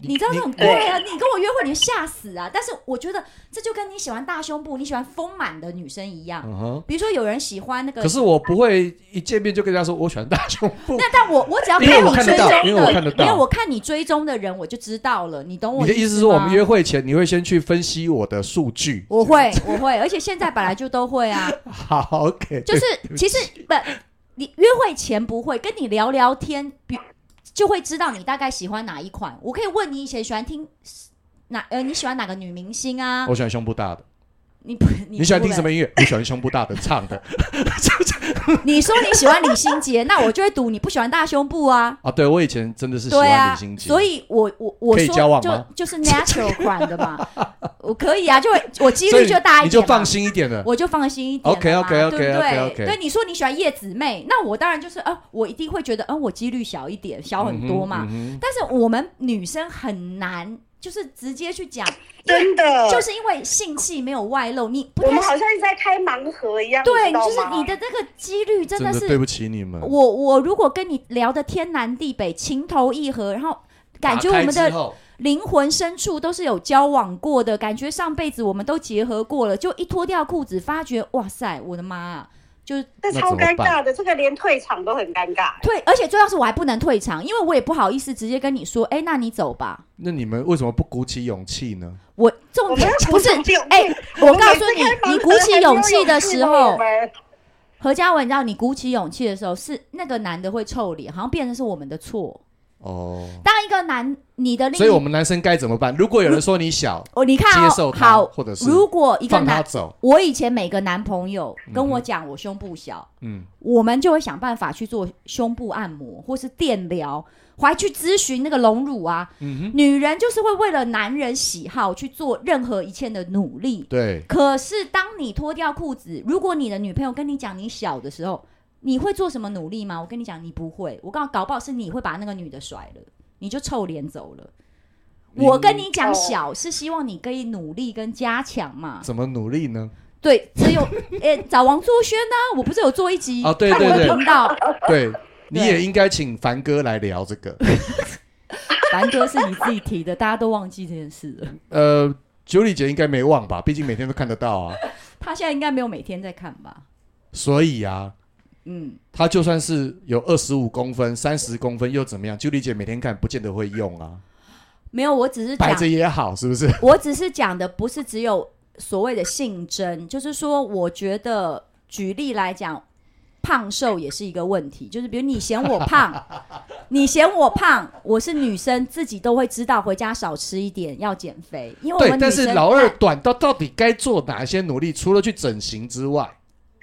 [SPEAKER 1] 你知道这种
[SPEAKER 4] 对
[SPEAKER 1] 对啊，你跟我约会你就吓死啊！但是我觉得这就跟你喜欢大胸部、你喜欢丰满的女生一样。
[SPEAKER 3] 嗯哼。
[SPEAKER 1] 比如说有人喜欢那个
[SPEAKER 3] 可，是我不会一见面就跟人家说我喜欢大胸 部，
[SPEAKER 1] 那但我我只要
[SPEAKER 3] 因为
[SPEAKER 1] 你
[SPEAKER 3] 我看
[SPEAKER 1] 追
[SPEAKER 3] 得
[SPEAKER 1] 踪
[SPEAKER 3] 到
[SPEAKER 1] 的，
[SPEAKER 3] 因为我看得到
[SPEAKER 1] 没有我看你追踪的人我就知道了，你懂我
[SPEAKER 3] 你的意思
[SPEAKER 1] 思
[SPEAKER 3] 是说，我们约
[SPEAKER 1] 吗
[SPEAKER 3] 会前你会先去分析我的数据？
[SPEAKER 1] 我会我会，而且现在本来就都会 啊，
[SPEAKER 3] 好，OK，
[SPEAKER 1] 就
[SPEAKER 3] 对
[SPEAKER 1] 是
[SPEAKER 3] 不
[SPEAKER 1] 其
[SPEAKER 3] 起
[SPEAKER 1] 实不，你约会前不会跟你聊聊天，比就会知道你大概喜欢哪一款。我可以问你以前喜欢听哪呃你喜欢哪个女明星啊？
[SPEAKER 3] 我喜欢胸部大的。
[SPEAKER 1] 你不你
[SPEAKER 3] 你喜欢听
[SPEAKER 1] 不
[SPEAKER 3] 什么音乐？我喜欢胸部大的唱的。
[SPEAKER 1] 你说你喜欢李心洁，那我就会赌你不喜欢大胸部啊。
[SPEAKER 3] 啊，对我以前真的是喜
[SPEAKER 1] 对
[SPEAKER 3] 欢
[SPEAKER 1] 啊
[SPEAKER 3] 李心，洁，
[SPEAKER 1] 所以我我我
[SPEAKER 3] 可以交
[SPEAKER 1] 说
[SPEAKER 3] 往
[SPEAKER 1] 就
[SPEAKER 3] 吗
[SPEAKER 1] 就是 natural 款的嘛， 我可以啊，就会我几
[SPEAKER 3] 所
[SPEAKER 1] 率
[SPEAKER 3] 以
[SPEAKER 1] 就大一点嘛，
[SPEAKER 3] 你就放心一点了。
[SPEAKER 1] 我就放心一点了嘛
[SPEAKER 3] OK，OK，OK，OK，OK
[SPEAKER 1] 对不对
[SPEAKER 3] OK，OK
[SPEAKER 1] 对，你说你喜欢叶子妹，那我当然就是呃，我一定会觉得，嗯、我几率小一点，小很多嘛。
[SPEAKER 3] 嗯哼嗯
[SPEAKER 1] 但是我们女生很难，就是直接去讲，
[SPEAKER 4] 真的，
[SPEAKER 1] 就是因为性器没有外露，你不
[SPEAKER 4] 呃我们
[SPEAKER 1] 太
[SPEAKER 4] 好像一直在开盲盒一样，
[SPEAKER 1] 对，
[SPEAKER 4] 知道
[SPEAKER 1] 就是
[SPEAKER 4] 吗
[SPEAKER 1] 你的那个几率真
[SPEAKER 3] 哼
[SPEAKER 1] 的
[SPEAKER 3] 真的
[SPEAKER 1] 是
[SPEAKER 3] 对不起你们。
[SPEAKER 1] 我我如果跟你聊的天南地北、情投意合，然后感觉我们
[SPEAKER 3] 打开之
[SPEAKER 1] 的
[SPEAKER 3] 后
[SPEAKER 1] 灵魂深处都是有交往过的，感觉上辈子我们都结合过了，就一脱掉裤子，发觉哇塞，我的妈啊，就是
[SPEAKER 4] 这
[SPEAKER 3] 那
[SPEAKER 4] 超
[SPEAKER 3] 怎么
[SPEAKER 4] 尴
[SPEAKER 3] 办
[SPEAKER 4] 尬的，这个连退场都很尴尬。
[SPEAKER 1] 退，而且最重要是我还不能退场，因为我也不好意思直接跟你说，哎、那你走吧。
[SPEAKER 3] 那你们为什么不鼓起勇气呢？
[SPEAKER 1] 我重
[SPEAKER 4] 我们
[SPEAKER 1] 点
[SPEAKER 4] 要
[SPEAKER 1] 不是
[SPEAKER 4] 鼓起勇气
[SPEAKER 1] 哎、我告诉
[SPEAKER 4] 每次开
[SPEAKER 1] 你，
[SPEAKER 4] 房
[SPEAKER 1] 你
[SPEAKER 4] 的
[SPEAKER 1] 鼓起
[SPEAKER 4] 还没有
[SPEAKER 1] 勇气的时
[SPEAKER 4] 到我
[SPEAKER 1] 候，
[SPEAKER 4] 们
[SPEAKER 1] 何嘉文，你知道你鼓起勇气的时候，是那个男的会臭脸，好像变成是我们的错。
[SPEAKER 3] 哦，
[SPEAKER 1] 当一个男，你的另一
[SPEAKER 3] 所以我们男生该怎么办？如果有人说你小，
[SPEAKER 1] 哦，你看、哦、
[SPEAKER 3] 接受他
[SPEAKER 1] 好，
[SPEAKER 3] 或者是
[SPEAKER 1] 如果一个
[SPEAKER 3] 放他
[SPEAKER 1] 男，
[SPEAKER 3] 走，
[SPEAKER 1] 我以前每个男朋友跟我
[SPEAKER 3] 嗯哼
[SPEAKER 1] 讲我胸部小，
[SPEAKER 3] 嗯，
[SPEAKER 1] 我们就会想办法去做胸部按摩或是电疗，我还去咨询那个隆乳啊。
[SPEAKER 3] 嗯哼
[SPEAKER 1] 女人就是会为了男人喜好去做任何一切的努力。
[SPEAKER 3] 对，
[SPEAKER 1] 可是当你脱掉裤子，如果你的女朋友跟你讲你小的时候，你会做什么努力吗？我跟你讲，你不会。我告搞不好是你会把那个女的甩了，你就臭脸走了。我跟你讲，
[SPEAKER 4] 哦
[SPEAKER 1] 小是希望你可以努力跟加强嘛。
[SPEAKER 3] 怎么努力呢？
[SPEAKER 1] 对，只有诶、找王作轩呢、我不是有做一集
[SPEAKER 3] 哦对
[SPEAKER 1] 看我
[SPEAKER 3] 对对
[SPEAKER 1] 的频道，
[SPEAKER 3] 对，你也应该请凡哥来聊这 个。
[SPEAKER 1] 凡哥是你自己提的，大家都忘记这件事了。
[SPEAKER 3] 呃，九里姐应该没忘吧？毕竟每天都看得到啊。
[SPEAKER 1] 他现在应该没有每天在看吧？
[SPEAKER 3] 所以啊，
[SPEAKER 1] 嗯，
[SPEAKER 3] 他就算是有二十五公分、三十公分又怎么样？九里姐每天看，不见得会用啊，
[SPEAKER 1] 没有，我只是
[SPEAKER 3] 摆
[SPEAKER 1] 讲
[SPEAKER 3] 着也好，是不是？
[SPEAKER 1] 我只是讲的不是只有所谓的性征，就是说，我觉得举例来讲，胖瘦也是一个问题。就是比如你嫌我 胖，你嫌我胖，我是女生自己都会知道，回家少吃一点，要减肥。因为我
[SPEAKER 3] 对，
[SPEAKER 1] 们
[SPEAKER 3] 但
[SPEAKER 1] 女
[SPEAKER 3] 是
[SPEAKER 1] 生
[SPEAKER 3] 老二短到到底该做哪些努力？除了去整形之外，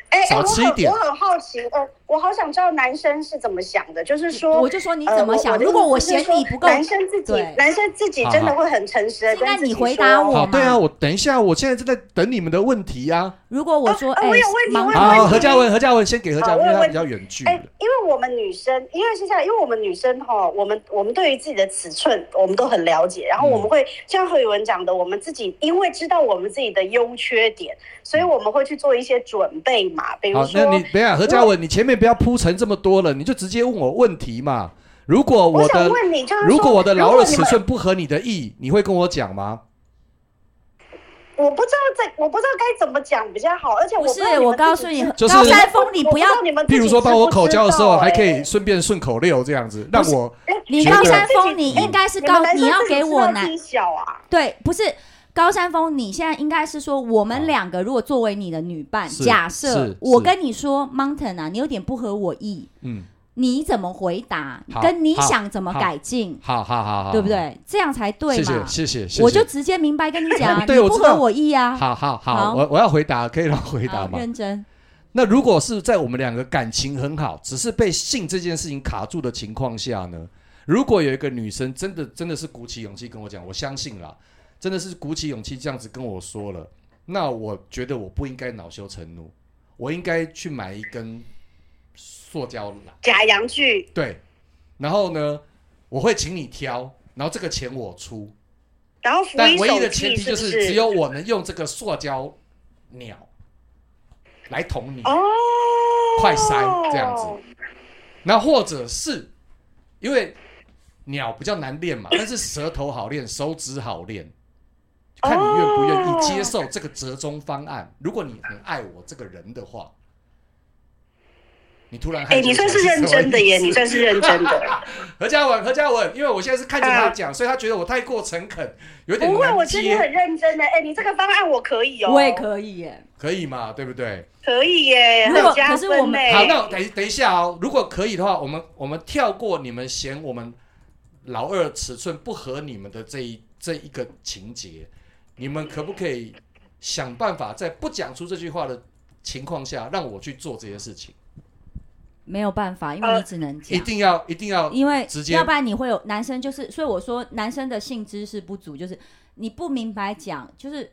[SPEAKER 4] 哎、哎
[SPEAKER 3] 少吃一点
[SPEAKER 4] 我很我很好奇，呃，我好想知道男生是怎么想的，就是说，
[SPEAKER 1] 我就说你怎么想？
[SPEAKER 4] 呃我
[SPEAKER 1] 如果我
[SPEAKER 4] 我的意思
[SPEAKER 1] 嫌
[SPEAKER 4] 是说
[SPEAKER 1] 你不够，
[SPEAKER 4] 男生自己
[SPEAKER 1] 对，
[SPEAKER 4] 男生自己真的会很诚实的
[SPEAKER 1] 好好
[SPEAKER 4] 跟
[SPEAKER 1] 现在
[SPEAKER 4] 自己
[SPEAKER 1] 你回答
[SPEAKER 4] 说哦
[SPEAKER 1] 我
[SPEAKER 3] 好，
[SPEAKER 1] 吗
[SPEAKER 3] 对啊，我等一下，我现在正在等你们的问题呀、
[SPEAKER 1] 如果我说
[SPEAKER 4] 啊啊
[SPEAKER 1] 哎、
[SPEAKER 4] 我有问题
[SPEAKER 1] 忙
[SPEAKER 4] 我有
[SPEAKER 1] 完
[SPEAKER 4] 问
[SPEAKER 3] 好，
[SPEAKER 4] 题
[SPEAKER 3] 何嘉文，何嘉文先给何嘉文，
[SPEAKER 4] 好
[SPEAKER 3] 因为他
[SPEAKER 4] 我有
[SPEAKER 3] 比较远距
[SPEAKER 4] 哎、
[SPEAKER 3] 离。
[SPEAKER 4] 因为我们女生，因为是这样，因为我们女生哈，我们我们对于自己的尺寸，我们都很了解，然后我们
[SPEAKER 3] 嗯
[SPEAKER 4] 会、像何宇文讲的，我们自己因为知道我们自己的优缺点，所以我们会去做一些准备嘛，比如
[SPEAKER 3] 好，
[SPEAKER 4] 说
[SPEAKER 3] 那，你等一下，何嘉文，你前面不要铺陈这么多了，你就直接问我问题嘛。如果
[SPEAKER 4] 我想
[SPEAKER 3] 的
[SPEAKER 4] 问你，就是说
[SPEAKER 3] 如果我的老
[SPEAKER 4] 如果
[SPEAKER 3] 二
[SPEAKER 4] 你
[SPEAKER 3] 尺
[SPEAKER 4] 们
[SPEAKER 3] 寸不合你的意，你会跟我讲吗？
[SPEAKER 4] 我不知道这，我不知道该怎么讲比较好，而且我
[SPEAKER 1] 不
[SPEAKER 4] 不知道
[SPEAKER 1] 是
[SPEAKER 4] 你
[SPEAKER 1] 我
[SPEAKER 4] 们
[SPEAKER 1] 告
[SPEAKER 4] 自
[SPEAKER 1] 诉
[SPEAKER 4] 己
[SPEAKER 1] 你，
[SPEAKER 4] 知
[SPEAKER 3] 就是
[SPEAKER 1] 高山峰你
[SPEAKER 4] 我
[SPEAKER 1] 不要
[SPEAKER 4] 知道，你们自己
[SPEAKER 3] 譬如说，帮我口交的时候，还可以
[SPEAKER 4] 知哎
[SPEAKER 3] 顺便顺口溜这样子，让我
[SPEAKER 4] 道哎，
[SPEAKER 1] 你
[SPEAKER 3] 觉
[SPEAKER 1] 高
[SPEAKER 3] 得嗯
[SPEAKER 1] 山
[SPEAKER 4] 自
[SPEAKER 1] 峰
[SPEAKER 4] 己
[SPEAKER 1] 你应该是
[SPEAKER 4] 你们
[SPEAKER 1] 高，
[SPEAKER 4] 男
[SPEAKER 1] 你
[SPEAKER 4] 生
[SPEAKER 1] 要
[SPEAKER 4] 自己
[SPEAKER 1] 给
[SPEAKER 4] 知
[SPEAKER 1] 我
[SPEAKER 4] 道
[SPEAKER 1] 男
[SPEAKER 4] 自己小啊，
[SPEAKER 1] 对，不是高山峰，你现在应该是说，我们两个如果作为你的女伴，
[SPEAKER 3] 是
[SPEAKER 1] 假
[SPEAKER 3] 是
[SPEAKER 1] 设我
[SPEAKER 3] 是
[SPEAKER 1] 跟你说，Mountain 啊，你有点不合我意，
[SPEAKER 3] 嗯，
[SPEAKER 1] 你怎么回答
[SPEAKER 3] 好？
[SPEAKER 1] 跟你
[SPEAKER 3] 好
[SPEAKER 1] 想怎么
[SPEAKER 3] 好
[SPEAKER 1] 改进，
[SPEAKER 3] 好好好好，
[SPEAKER 1] 对不？对？这样才对
[SPEAKER 3] 谢
[SPEAKER 1] 嘛
[SPEAKER 3] 谢。谢谢谢谢，
[SPEAKER 1] 我就直接明白跟 你讲啊，
[SPEAKER 3] 对
[SPEAKER 1] 你
[SPEAKER 3] 我
[SPEAKER 1] 不
[SPEAKER 3] 知道
[SPEAKER 1] 合我意啊。
[SPEAKER 3] 好好好，
[SPEAKER 1] 好
[SPEAKER 3] 我我要回答，可以让我回答
[SPEAKER 1] 好，
[SPEAKER 3] 吗？
[SPEAKER 1] 认真。
[SPEAKER 3] 那如果是在我们两个感情很好，只是被性这件事情卡住的情况下呢？如果有一个女生真的真的是鼓起勇气跟我讲，我相信啦，真的是鼓起勇气这样子跟我说了，那我觉得我不应该恼羞成怒，我应该去买一根塑胶篮，
[SPEAKER 4] 假洋剧，
[SPEAKER 3] 对，然后呢，我会请你挑，然后这个钱我出，
[SPEAKER 4] 然后福
[SPEAKER 3] 但
[SPEAKER 4] 音
[SPEAKER 3] 唯一
[SPEAKER 4] 手
[SPEAKER 3] 的前
[SPEAKER 4] 记
[SPEAKER 3] 提就是
[SPEAKER 4] 不
[SPEAKER 3] 只有我能用这个塑胶鸟来捅你。
[SPEAKER 4] 哦，
[SPEAKER 3] 快塞这样子那或者是因为鸟比较难练嘛，但是舌头好练，手指好练，看你愿不愿
[SPEAKER 4] 哦
[SPEAKER 3] 意接受这个折中方案。如果你很爱我这个人的话，你突然
[SPEAKER 4] 哎、
[SPEAKER 3] 害羞
[SPEAKER 4] 你算是
[SPEAKER 3] 什么
[SPEAKER 4] 认真的耶，
[SPEAKER 3] 意思
[SPEAKER 4] 你算是认真的。
[SPEAKER 3] 何嘉文，何嘉文，因为我现在是看着他讲，所以他觉得我太过诚恳，有点
[SPEAKER 4] 嗯不会，我
[SPEAKER 3] 难
[SPEAKER 4] 觉得你
[SPEAKER 3] 接，
[SPEAKER 4] 很认真的。哎、你这个方案我可以哦，
[SPEAKER 1] 我也可以耶，
[SPEAKER 3] 可以嘛？对不对？
[SPEAKER 4] 可以耶，
[SPEAKER 1] 如果
[SPEAKER 4] 很加
[SPEAKER 1] 可是我
[SPEAKER 4] 分哎
[SPEAKER 1] 们
[SPEAKER 4] 嘞。
[SPEAKER 3] 好，那我等一等一下哦。如果可以的话，我们我们跳过你们嫌我们老二尺寸不合你们的这一这一个情节，你们可不可以想办法在不讲出这句话的情况下，让我去做这些事情？
[SPEAKER 1] 没有办法，因为
[SPEAKER 4] 呃
[SPEAKER 1] 你只能
[SPEAKER 3] 一
[SPEAKER 1] 讲。
[SPEAKER 3] 定要一定要
[SPEAKER 1] 因为
[SPEAKER 3] 直接
[SPEAKER 1] 要不然你会有男生就是，所以我说男生的性知识不足，就是你不明白讲，就是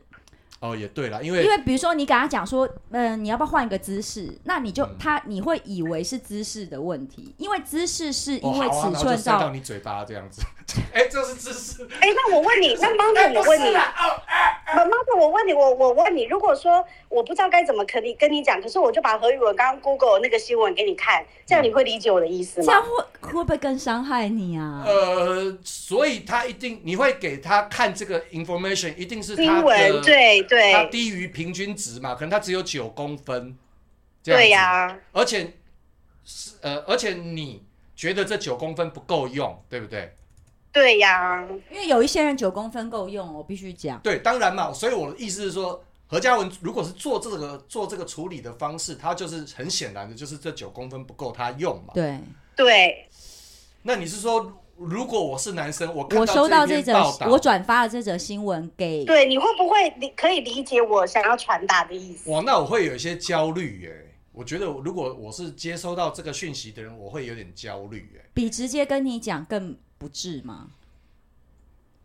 [SPEAKER 3] 哦，也对了，因
[SPEAKER 1] 因
[SPEAKER 3] 为
[SPEAKER 1] 为比如说你给他讲说，嗯、你要不要换一个姿势？那你就、
[SPEAKER 3] 嗯
[SPEAKER 1] 他你会以为是姿势的问题，因为姿势是因
[SPEAKER 3] 哦，
[SPEAKER 1] 为尺
[SPEAKER 3] 好啊，然后就
[SPEAKER 1] 寸
[SPEAKER 3] 塞到
[SPEAKER 1] 到。
[SPEAKER 3] 你嘴巴这样子。 哎，这是知识。
[SPEAKER 4] 哎、那我问你，那
[SPEAKER 3] 哎
[SPEAKER 4] Mountain，我问你，
[SPEAKER 3] 哦
[SPEAKER 4] 妈妈，我问你，我我问你，如果说我不知道该怎么跟你跟你讲，可是我就把何宇文刚刚 Google 那个新闻给你看，这样你会理解我的意思
[SPEAKER 1] 这样
[SPEAKER 4] 吗？
[SPEAKER 1] 会会不会更伤害你啊？
[SPEAKER 3] 呃，所以他一定你会给他看这个 information，一定是他
[SPEAKER 4] 新
[SPEAKER 3] 的
[SPEAKER 4] 闻，对对
[SPEAKER 3] 它低于平均值嘛，可能它只有九公分，这样子
[SPEAKER 4] 对呀、
[SPEAKER 3] 而且是呃，而且你觉得这九公分不够用，对不对？
[SPEAKER 4] 对呀、
[SPEAKER 1] 因为有一些人九公分够用，我必须讲。
[SPEAKER 3] 对，当然嘛。所以我的意思是说，何嘉文如果是做这个做这个处理的方式，他就是很显然的，就是这九公分不够他用嘛。
[SPEAKER 1] 对，
[SPEAKER 4] 对
[SPEAKER 3] 那你是说，如果我是男生，我看
[SPEAKER 1] 我收到这
[SPEAKER 3] 篇
[SPEAKER 1] 则
[SPEAKER 3] 报，道，
[SPEAKER 1] 我转发了这则新闻给
[SPEAKER 4] 对，你会不会理可以理解我想要传达的意思？
[SPEAKER 3] 哇，那我会有一些焦虑耶、我觉得如果我是接收到这个讯息的人，我会有点焦虑耶、
[SPEAKER 1] 比直接跟你讲更不智吗？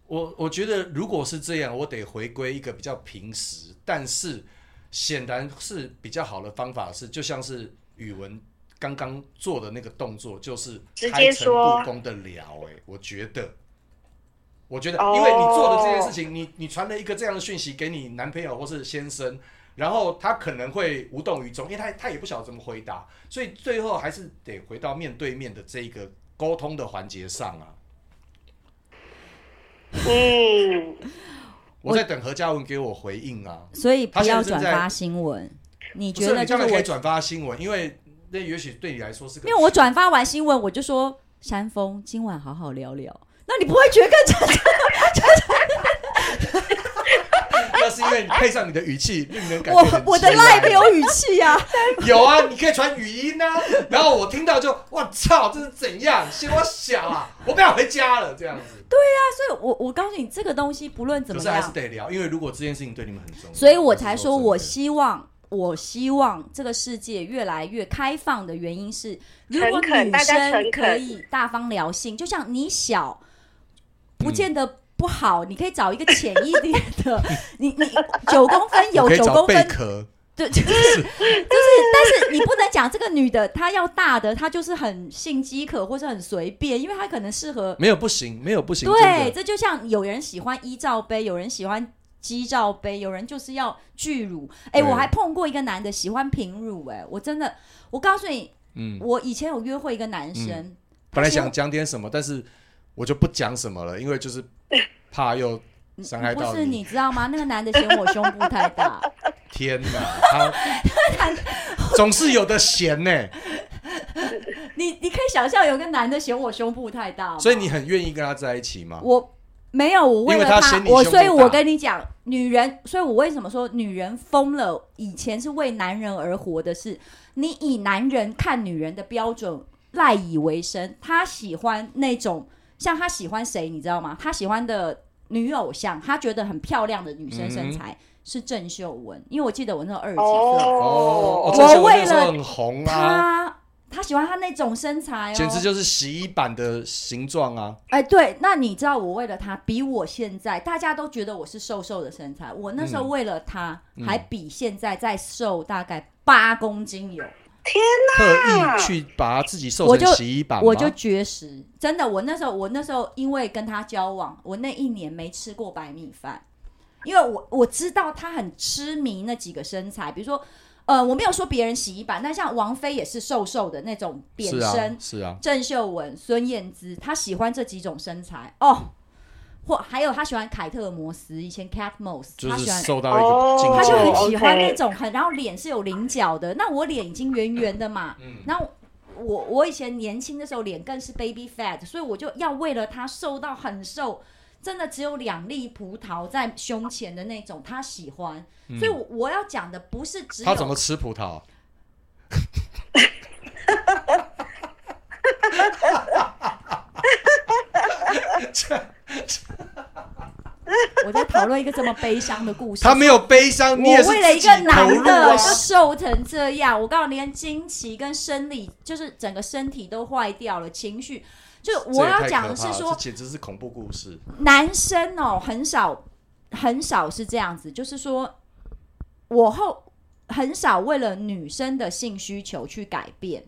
[SPEAKER 3] 我我觉得如果是这样，我得回归一个比较平实，但是显然是比较好的方法是，就像是语文刚刚做的那个动作，就是
[SPEAKER 4] 直
[SPEAKER 3] 开
[SPEAKER 4] 接
[SPEAKER 3] 诚
[SPEAKER 4] 说
[SPEAKER 3] 布公的聊、哎，我觉得。我觉得，
[SPEAKER 4] 哦
[SPEAKER 3] 因为你做的这件事情，你你传了一个这样的讯息给你男朋友或是先生，然后他可能会无动于衷，因为他他也不晓得怎么回答，所以最后还是得回到面对面的这一个沟通的环节上啊。
[SPEAKER 4] 嗯，
[SPEAKER 3] 我在等何嘉文给我回应啊。
[SPEAKER 1] 所以
[SPEAKER 3] 他
[SPEAKER 1] 不
[SPEAKER 3] 现
[SPEAKER 1] 要
[SPEAKER 3] 在正
[SPEAKER 1] 转
[SPEAKER 3] 在
[SPEAKER 1] 发新闻。你
[SPEAKER 3] 不
[SPEAKER 1] 觉得
[SPEAKER 3] 你
[SPEAKER 1] 就
[SPEAKER 3] 将
[SPEAKER 1] 是
[SPEAKER 3] 来可
[SPEAKER 1] 我
[SPEAKER 3] 以，转发新闻，因为那也许对你来说是个，
[SPEAKER 1] 因为我转发完新闻，我就说山峰今晚好好聊聊。那你不会觉得更真诚？
[SPEAKER 3] 那是因为你配上你的语气，令人感觉很
[SPEAKER 1] 我我的
[SPEAKER 3] 奇怪
[SPEAKER 1] 赖没有语气呀、啊，
[SPEAKER 3] 有啊，你可以传语音啊，然后我听到就我操，这是怎样？嫌我小啊，我不想回家了这样子。
[SPEAKER 1] 所以我我告诉你，这个东西不论怎
[SPEAKER 3] 可
[SPEAKER 1] 么
[SPEAKER 3] 是还是
[SPEAKER 1] 样，
[SPEAKER 3] 得聊，因为如果这件事情对你们很重要，
[SPEAKER 1] 所以我才说，我
[SPEAKER 3] 是
[SPEAKER 1] 希望，我希望这个世界越来越开放的原因是，如果
[SPEAKER 4] 诚恳
[SPEAKER 1] 女
[SPEAKER 4] 大家
[SPEAKER 1] 生
[SPEAKER 4] 诚恳
[SPEAKER 1] 可以大方聊性，就像你小，不见得不好，你可以找一个浅一点 的，你你九公分有
[SPEAKER 3] 我可以
[SPEAKER 1] 九
[SPEAKER 3] 找
[SPEAKER 1] 公
[SPEAKER 3] 贝
[SPEAKER 1] 分，
[SPEAKER 3] 壳，
[SPEAKER 1] 对，就是就是，但是你不能讲这个女的她要大的，她就是很性饥渴或是很随便，因为她可能适合
[SPEAKER 3] 没有不行，没有不行，
[SPEAKER 1] 对，
[SPEAKER 3] 真的
[SPEAKER 1] 这就像有人喜欢一罩杯，有人喜欢鸡罩杯，有人就是要巨乳。哎、
[SPEAKER 3] 对
[SPEAKER 1] 我还碰过一个男的喜欢平乳、哎，我真的，我告诉你，
[SPEAKER 3] 嗯，
[SPEAKER 1] 我以前有约会一个男生，
[SPEAKER 3] 本来想讲点什么，但是我就不讲什么了，因为就是怕又伤害
[SPEAKER 1] 不
[SPEAKER 3] 到
[SPEAKER 1] 是你知道吗？那个男的嫌我胸部太 大，
[SPEAKER 3] 天哪，他总是有的闲呢、
[SPEAKER 1] 你你可以想象有个男的嫌我胸部太大吗，
[SPEAKER 3] 所以你很愿意跟他在一起吗？
[SPEAKER 1] 我。没有，我为
[SPEAKER 3] 啊因
[SPEAKER 1] 了
[SPEAKER 3] 为他嫌你
[SPEAKER 1] 我
[SPEAKER 3] 胸部
[SPEAKER 1] 所以我
[SPEAKER 3] 大
[SPEAKER 1] 跟你讲，女人，所以我为什么说女人疯了？以前是为男人而活的是，你以男人看女人的标准赖以为生，他喜欢那种像他喜欢谁，你知道吗？他喜欢的女偶像，他觉得很漂亮的女生身材、是郑秀文，因为我记得我那时候二十几岁，
[SPEAKER 3] 嗯哦，
[SPEAKER 4] 哦
[SPEAKER 3] 郑秀
[SPEAKER 1] 我
[SPEAKER 3] 文
[SPEAKER 1] 为
[SPEAKER 3] 那时
[SPEAKER 1] 了
[SPEAKER 3] 候很红啊，
[SPEAKER 1] 他他喜欢他那种身材哦，
[SPEAKER 3] 简直就是洗衣板的形状啊！
[SPEAKER 1] 哎，对，那你知道我为了他，比我现在大家都觉得我是瘦瘦的身材，我那时候
[SPEAKER 3] 嗯
[SPEAKER 1] 为了他，
[SPEAKER 3] 嗯
[SPEAKER 1] 还比现在再瘦大概八公斤有，
[SPEAKER 3] 特意去把自己瘦
[SPEAKER 1] 我就
[SPEAKER 3] 成洗衣板吗，
[SPEAKER 1] 我就绝食。真的，我那时候我那时候因为跟他交往，我那一年没吃过白米饭，因为我我知道他很痴迷那几个身材，比如说，呃，我没有说别人洗衣板，但像王菲也是瘦瘦的那种扁
[SPEAKER 3] 是
[SPEAKER 1] 身，
[SPEAKER 3] 啊，是啊，
[SPEAKER 1] 郑秀文、孙燕姿，她喜欢这几种身材哦，或还有她喜欢凯特摩斯，以前 Cat Moss，
[SPEAKER 3] 就
[SPEAKER 1] 她
[SPEAKER 3] 是
[SPEAKER 1] 喜欢。
[SPEAKER 3] 瘦到一个境界，
[SPEAKER 4] 哦
[SPEAKER 1] 她就很喜欢
[SPEAKER 4] OK
[SPEAKER 1] 那种很，然后脸是有棱角的。那我脸已经圆圆的嘛，
[SPEAKER 3] 嗯
[SPEAKER 1] 然后我我以前年轻的时候脸更是 baby fat，所以我就要为了她瘦到很瘦，真的只有两粒葡萄在胸前的那种，她喜欢。所以我我要讲的不是只
[SPEAKER 3] 他
[SPEAKER 1] 有
[SPEAKER 3] 嗯怎么吃葡萄？
[SPEAKER 1] 我在讨论一个这么悲伤的故事，
[SPEAKER 3] 他没有悲伤，你
[SPEAKER 1] 我
[SPEAKER 3] 也是
[SPEAKER 1] 为了一个
[SPEAKER 3] 自己
[SPEAKER 1] 男
[SPEAKER 3] 投入啊
[SPEAKER 1] 的就瘦成这样，我告诉你，连经期跟生理，就是整个身体都坏掉了，情绪。就我要讲的是
[SPEAKER 3] 这也太可怕
[SPEAKER 1] 说
[SPEAKER 3] 了这，简直是恐怖故事。
[SPEAKER 1] 男生哦，很少很少是这样子，就是说，我后很少为了女生的性需求去改变。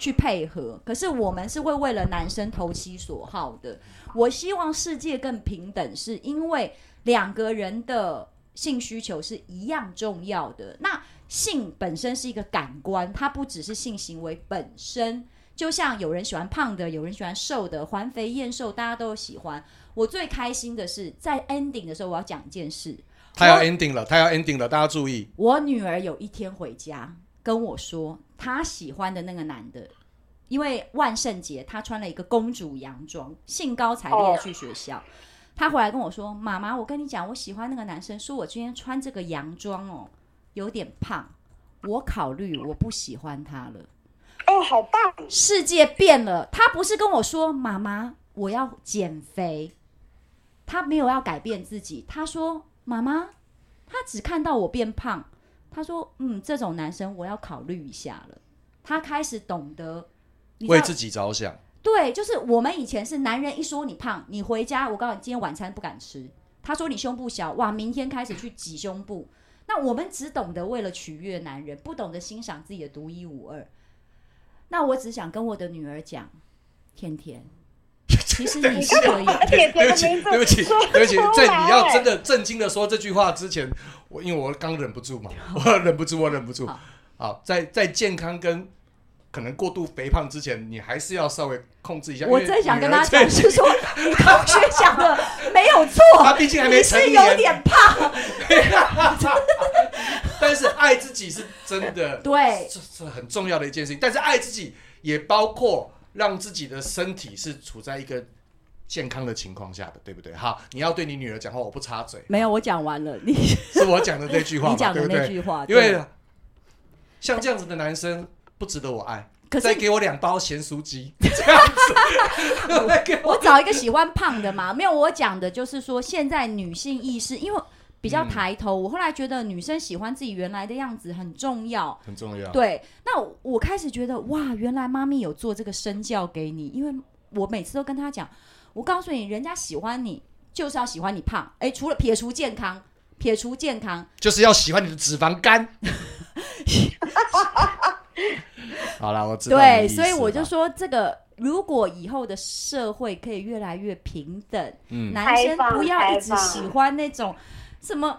[SPEAKER 1] 去配合，可是我们是会为了男生投其所好的。我希望世界更平等，是因为两个人的性需求是一样重要的。那性本身是一个感官，它不只是性行为本身。就像有人喜欢胖的，有人喜欢瘦的，环肥燕瘦，大家都喜欢。我最开心的是在 ending 的时候，我要讲一件事。
[SPEAKER 3] 他要 ending 了，他要 ending 了，大家注意，
[SPEAKER 1] 我女儿有一天回家，跟我说他喜欢的那个男的，因为万圣节他穿了一个公主洋装，兴高采烈的去学校。他回来跟我说：“妈妈，我跟你讲，我喜欢那个男生，说我今天穿这个洋装哦，有点胖，我考虑我不喜欢他了。”
[SPEAKER 4] 哦，好棒！
[SPEAKER 1] 世界变了，他不是跟我说妈妈我要减肥，他没有要改变自己，他说妈妈，他只看到我变胖，他说嗯，这种男生我要考虑一下了。他开始懂得，你知
[SPEAKER 3] 为
[SPEAKER 1] 道
[SPEAKER 3] 自己着想，
[SPEAKER 1] 对，就是我们以前是男人一说你胖，你回家我告诉你今天晚餐不敢吃，他说你胸部小，哇，明天开始去挤胸部。那我们只懂得为了取悦男人，不懂得欣赏自己的独一无二。那我只想跟我的女儿讲，甜甜，其实你是可以的。
[SPEAKER 4] 铁铁
[SPEAKER 3] 对
[SPEAKER 4] 的
[SPEAKER 3] 不起
[SPEAKER 4] 名，字
[SPEAKER 3] 对不起，
[SPEAKER 4] 说
[SPEAKER 3] 对不起，
[SPEAKER 4] 出
[SPEAKER 3] 在
[SPEAKER 4] 来
[SPEAKER 3] 你要真的震惊的说这句话之前，我因为我刚忍不住 嘛，我忍不住，我忍不住
[SPEAKER 1] 好。
[SPEAKER 3] 好，在在健康跟可能过度肥胖之前，你还是要稍微控制一下。
[SPEAKER 1] 我
[SPEAKER 3] 因为
[SPEAKER 1] 真想跟
[SPEAKER 3] 女儿
[SPEAKER 1] 他讲，
[SPEAKER 3] 最
[SPEAKER 1] 是说你同学想的没有错，
[SPEAKER 3] 他毕 竟还没
[SPEAKER 1] 你
[SPEAKER 3] 成
[SPEAKER 1] 是
[SPEAKER 3] 年
[SPEAKER 1] 有点胖，
[SPEAKER 3] 但是爱自己是真的，
[SPEAKER 1] 对
[SPEAKER 3] 这是很重要的一件事情。但是爱自己也包括让自己的身体是处在一个健康的情况下的，对不对？好，你要对你女儿讲话，我不插嘴，
[SPEAKER 1] 没有，我讲完了，你
[SPEAKER 3] 是我讲的那句话
[SPEAKER 1] 你
[SPEAKER 3] 嘛，
[SPEAKER 1] 讲
[SPEAKER 3] 对
[SPEAKER 1] 的
[SPEAKER 3] 不
[SPEAKER 1] 那
[SPEAKER 3] 对？
[SPEAKER 1] 句话，
[SPEAKER 3] 因为像这样子的男生不值得我爱，
[SPEAKER 1] 可是
[SPEAKER 3] 再给我两包咸酥鸡，这样子，再给我
[SPEAKER 1] 我找一个喜欢胖的嘛，没有我讲的就是说，现在女性意识因为比较抬头，我后来觉得女生喜欢自己原来的样子很重要。
[SPEAKER 3] 很重要。
[SPEAKER 1] 对，那我我开始觉得哇，原来妈咪有做这个身教给你，因为我每次都跟她讲，我告诉你，人家喜欢你就是要喜欢你胖，诶，除了撇除健康，撇除健康，
[SPEAKER 3] 就是要喜欢你的脂肪 肝。好啦，我知道你的
[SPEAKER 1] 对，
[SPEAKER 3] 意思
[SPEAKER 1] 所以我就
[SPEAKER 3] 啦，
[SPEAKER 1] 说这个。如果以后的社会可以越来越平等，
[SPEAKER 3] 嗯
[SPEAKER 1] 男生
[SPEAKER 4] 开放
[SPEAKER 1] 不要一直
[SPEAKER 4] 开放
[SPEAKER 1] 喜欢那种什么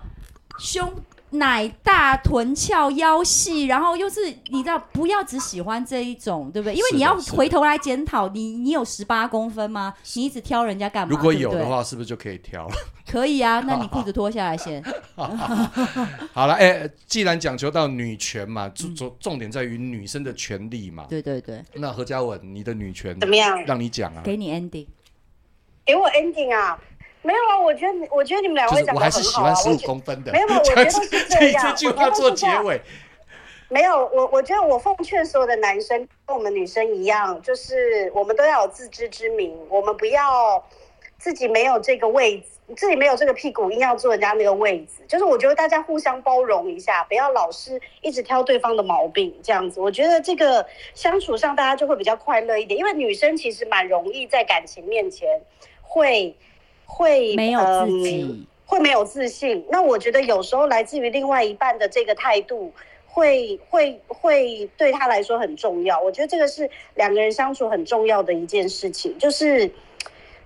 [SPEAKER 1] 胸奶大、臀翘、腰细，然后又是你知道，不要只喜欢这一种，对不对？因为
[SPEAKER 3] 是的
[SPEAKER 1] 你要
[SPEAKER 3] 是的
[SPEAKER 1] 回头来检讨，你你有十八公分吗？你一直挑人家干嘛？
[SPEAKER 3] 如果
[SPEAKER 1] 对不
[SPEAKER 3] 有
[SPEAKER 1] 对
[SPEAKER 3] 的，话，是不是就可以挑了？
[SPEAKER 1] 可以啊。那你裤子脱下来先，
[SPEAKER 3] 好了，哎、既然讲究到女权嘛，重重重点在于女生的权利嘛。
[SPEAKER 1] 嗯对对对，
[SPEAKER 3] 那何嘉文，你的女权
[SPEAKER 4] 怎么样？
[SPEAKER 3] 让你讲啊？
[SPEAKER 1] 给你 ending。
[SPEAKER 4] 给我 ending 啊？没有啊，我觉得你，我觉得你们两
[SPEAKER 3] 就
[SPEAKER 4] 位
[SPEAKER 3] 是
[SPEAKER 4] 讲
[SPEAKER 3] 我
[SPEAKER 4] 的
[SPEAKER 3] 还是
[SPEAKER 4] 很
[SPEAKER 3] 喜
[SPEAKER 4] 好啊
[SPEAKER 3] 欢。十
[SPEAKER 4] 我
[SPEAKER 3] 五
[SPEAKER 4] 觉
[SPEAKER 3] 公分的，
[SPEAKER 4] 没有没有我觉得是
[SPEAKER 3] 以
[SPEAKER 4] 这样
[SPEAKER 3] 这句话做结尾，
[SPEAKER 4] 没有，我我觉得我奉劝所有的男生跟我们女生一样，就是我们都要有自知之明，我们不要自己没有这个位置，自己没有这个屁股，硬要坐人家那个位置。就是我觉得大家互相包容一下，不要老是一直挑对方的毛病，这样子，我觉得这个相处上大家就会比较快乐一点。因为女生其实蛮容易在感情面前会会
[SPEAKER 1] 没有自己
[SPEAKER 4] 嗯会没有自信。那我觉得有时候来自于另外一半的这个态度，会会会对他来说很重要。我觉得这个是两个人相处很重要的一件事情，就是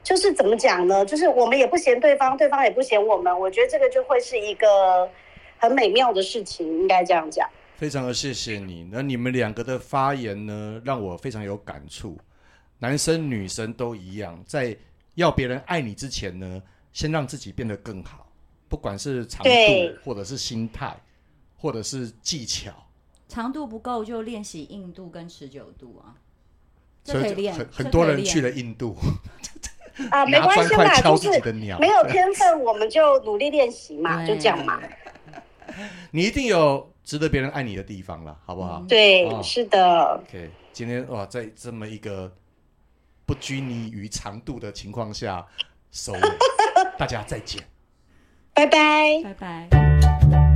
[SPEAKER 4] 就是怎么讲呢？就是我们也不嫌对方，对方也不嫌我们。我觉得这个就会是一个很美妙的事情，应该这样讲。
[SPEAKER 3] 非常的谢谢你。那你们两个的发言呢，让我非常有感触。男生女生都一样，在要别人爱你之前呢，先让自己变得更好，不管是长
[SPEAKER 4] 对
[SPEAKER 3] 度，或者是心态，或者是技巧，
[SPEAKER 1] 长度不够就练习硬度跟持久度啊，这
[SPEAKER 3] 所
[SPEAKER 1] 可以
[SPEAKER 3] 以
[SPEAKER 1] 练。
[SPEAKER 3] 很
[SPEAKER 1] 这
[SPEAKER 3] 很
[SPEAKER 1] 可以
[SPEAKER 3] 多人
[SPEAKER 1] 练
[SPEAKER 3] 去了印度，
[SPEAKER 4] 啊，没
[SPEAKER 3] 拿
[SPEAKER 4] 关
[SPEAKER 3] 砖
[SPEAKER 4] 系
[SPEAKER 3] 块
[SPEAKER 4] 啦，
[SPEAKER 3] 敲
[SPEAKER 4] 就
[SPEAKER 3] 自己
[SPEAKER 4] 是
[SPEAKER 3] 的鸟。
[SPEAKER 4] 没 有天分，我们就努力练习嘛，就这样嘛。
[SPEAKER 3] 你一定有值得别人爱你的地方了，好不好？
[SPEAKER 4] 对
[SPEAKER 3] 哦，
[SPEAKER 4] 是的。
[SPEAKER 3] OK，今天哇，在这么一个不拘泥于长度的情 况下收尾，大家再见。
[SPEAKER 4] 拜拜。
[SPEAKER 1] 拜拜。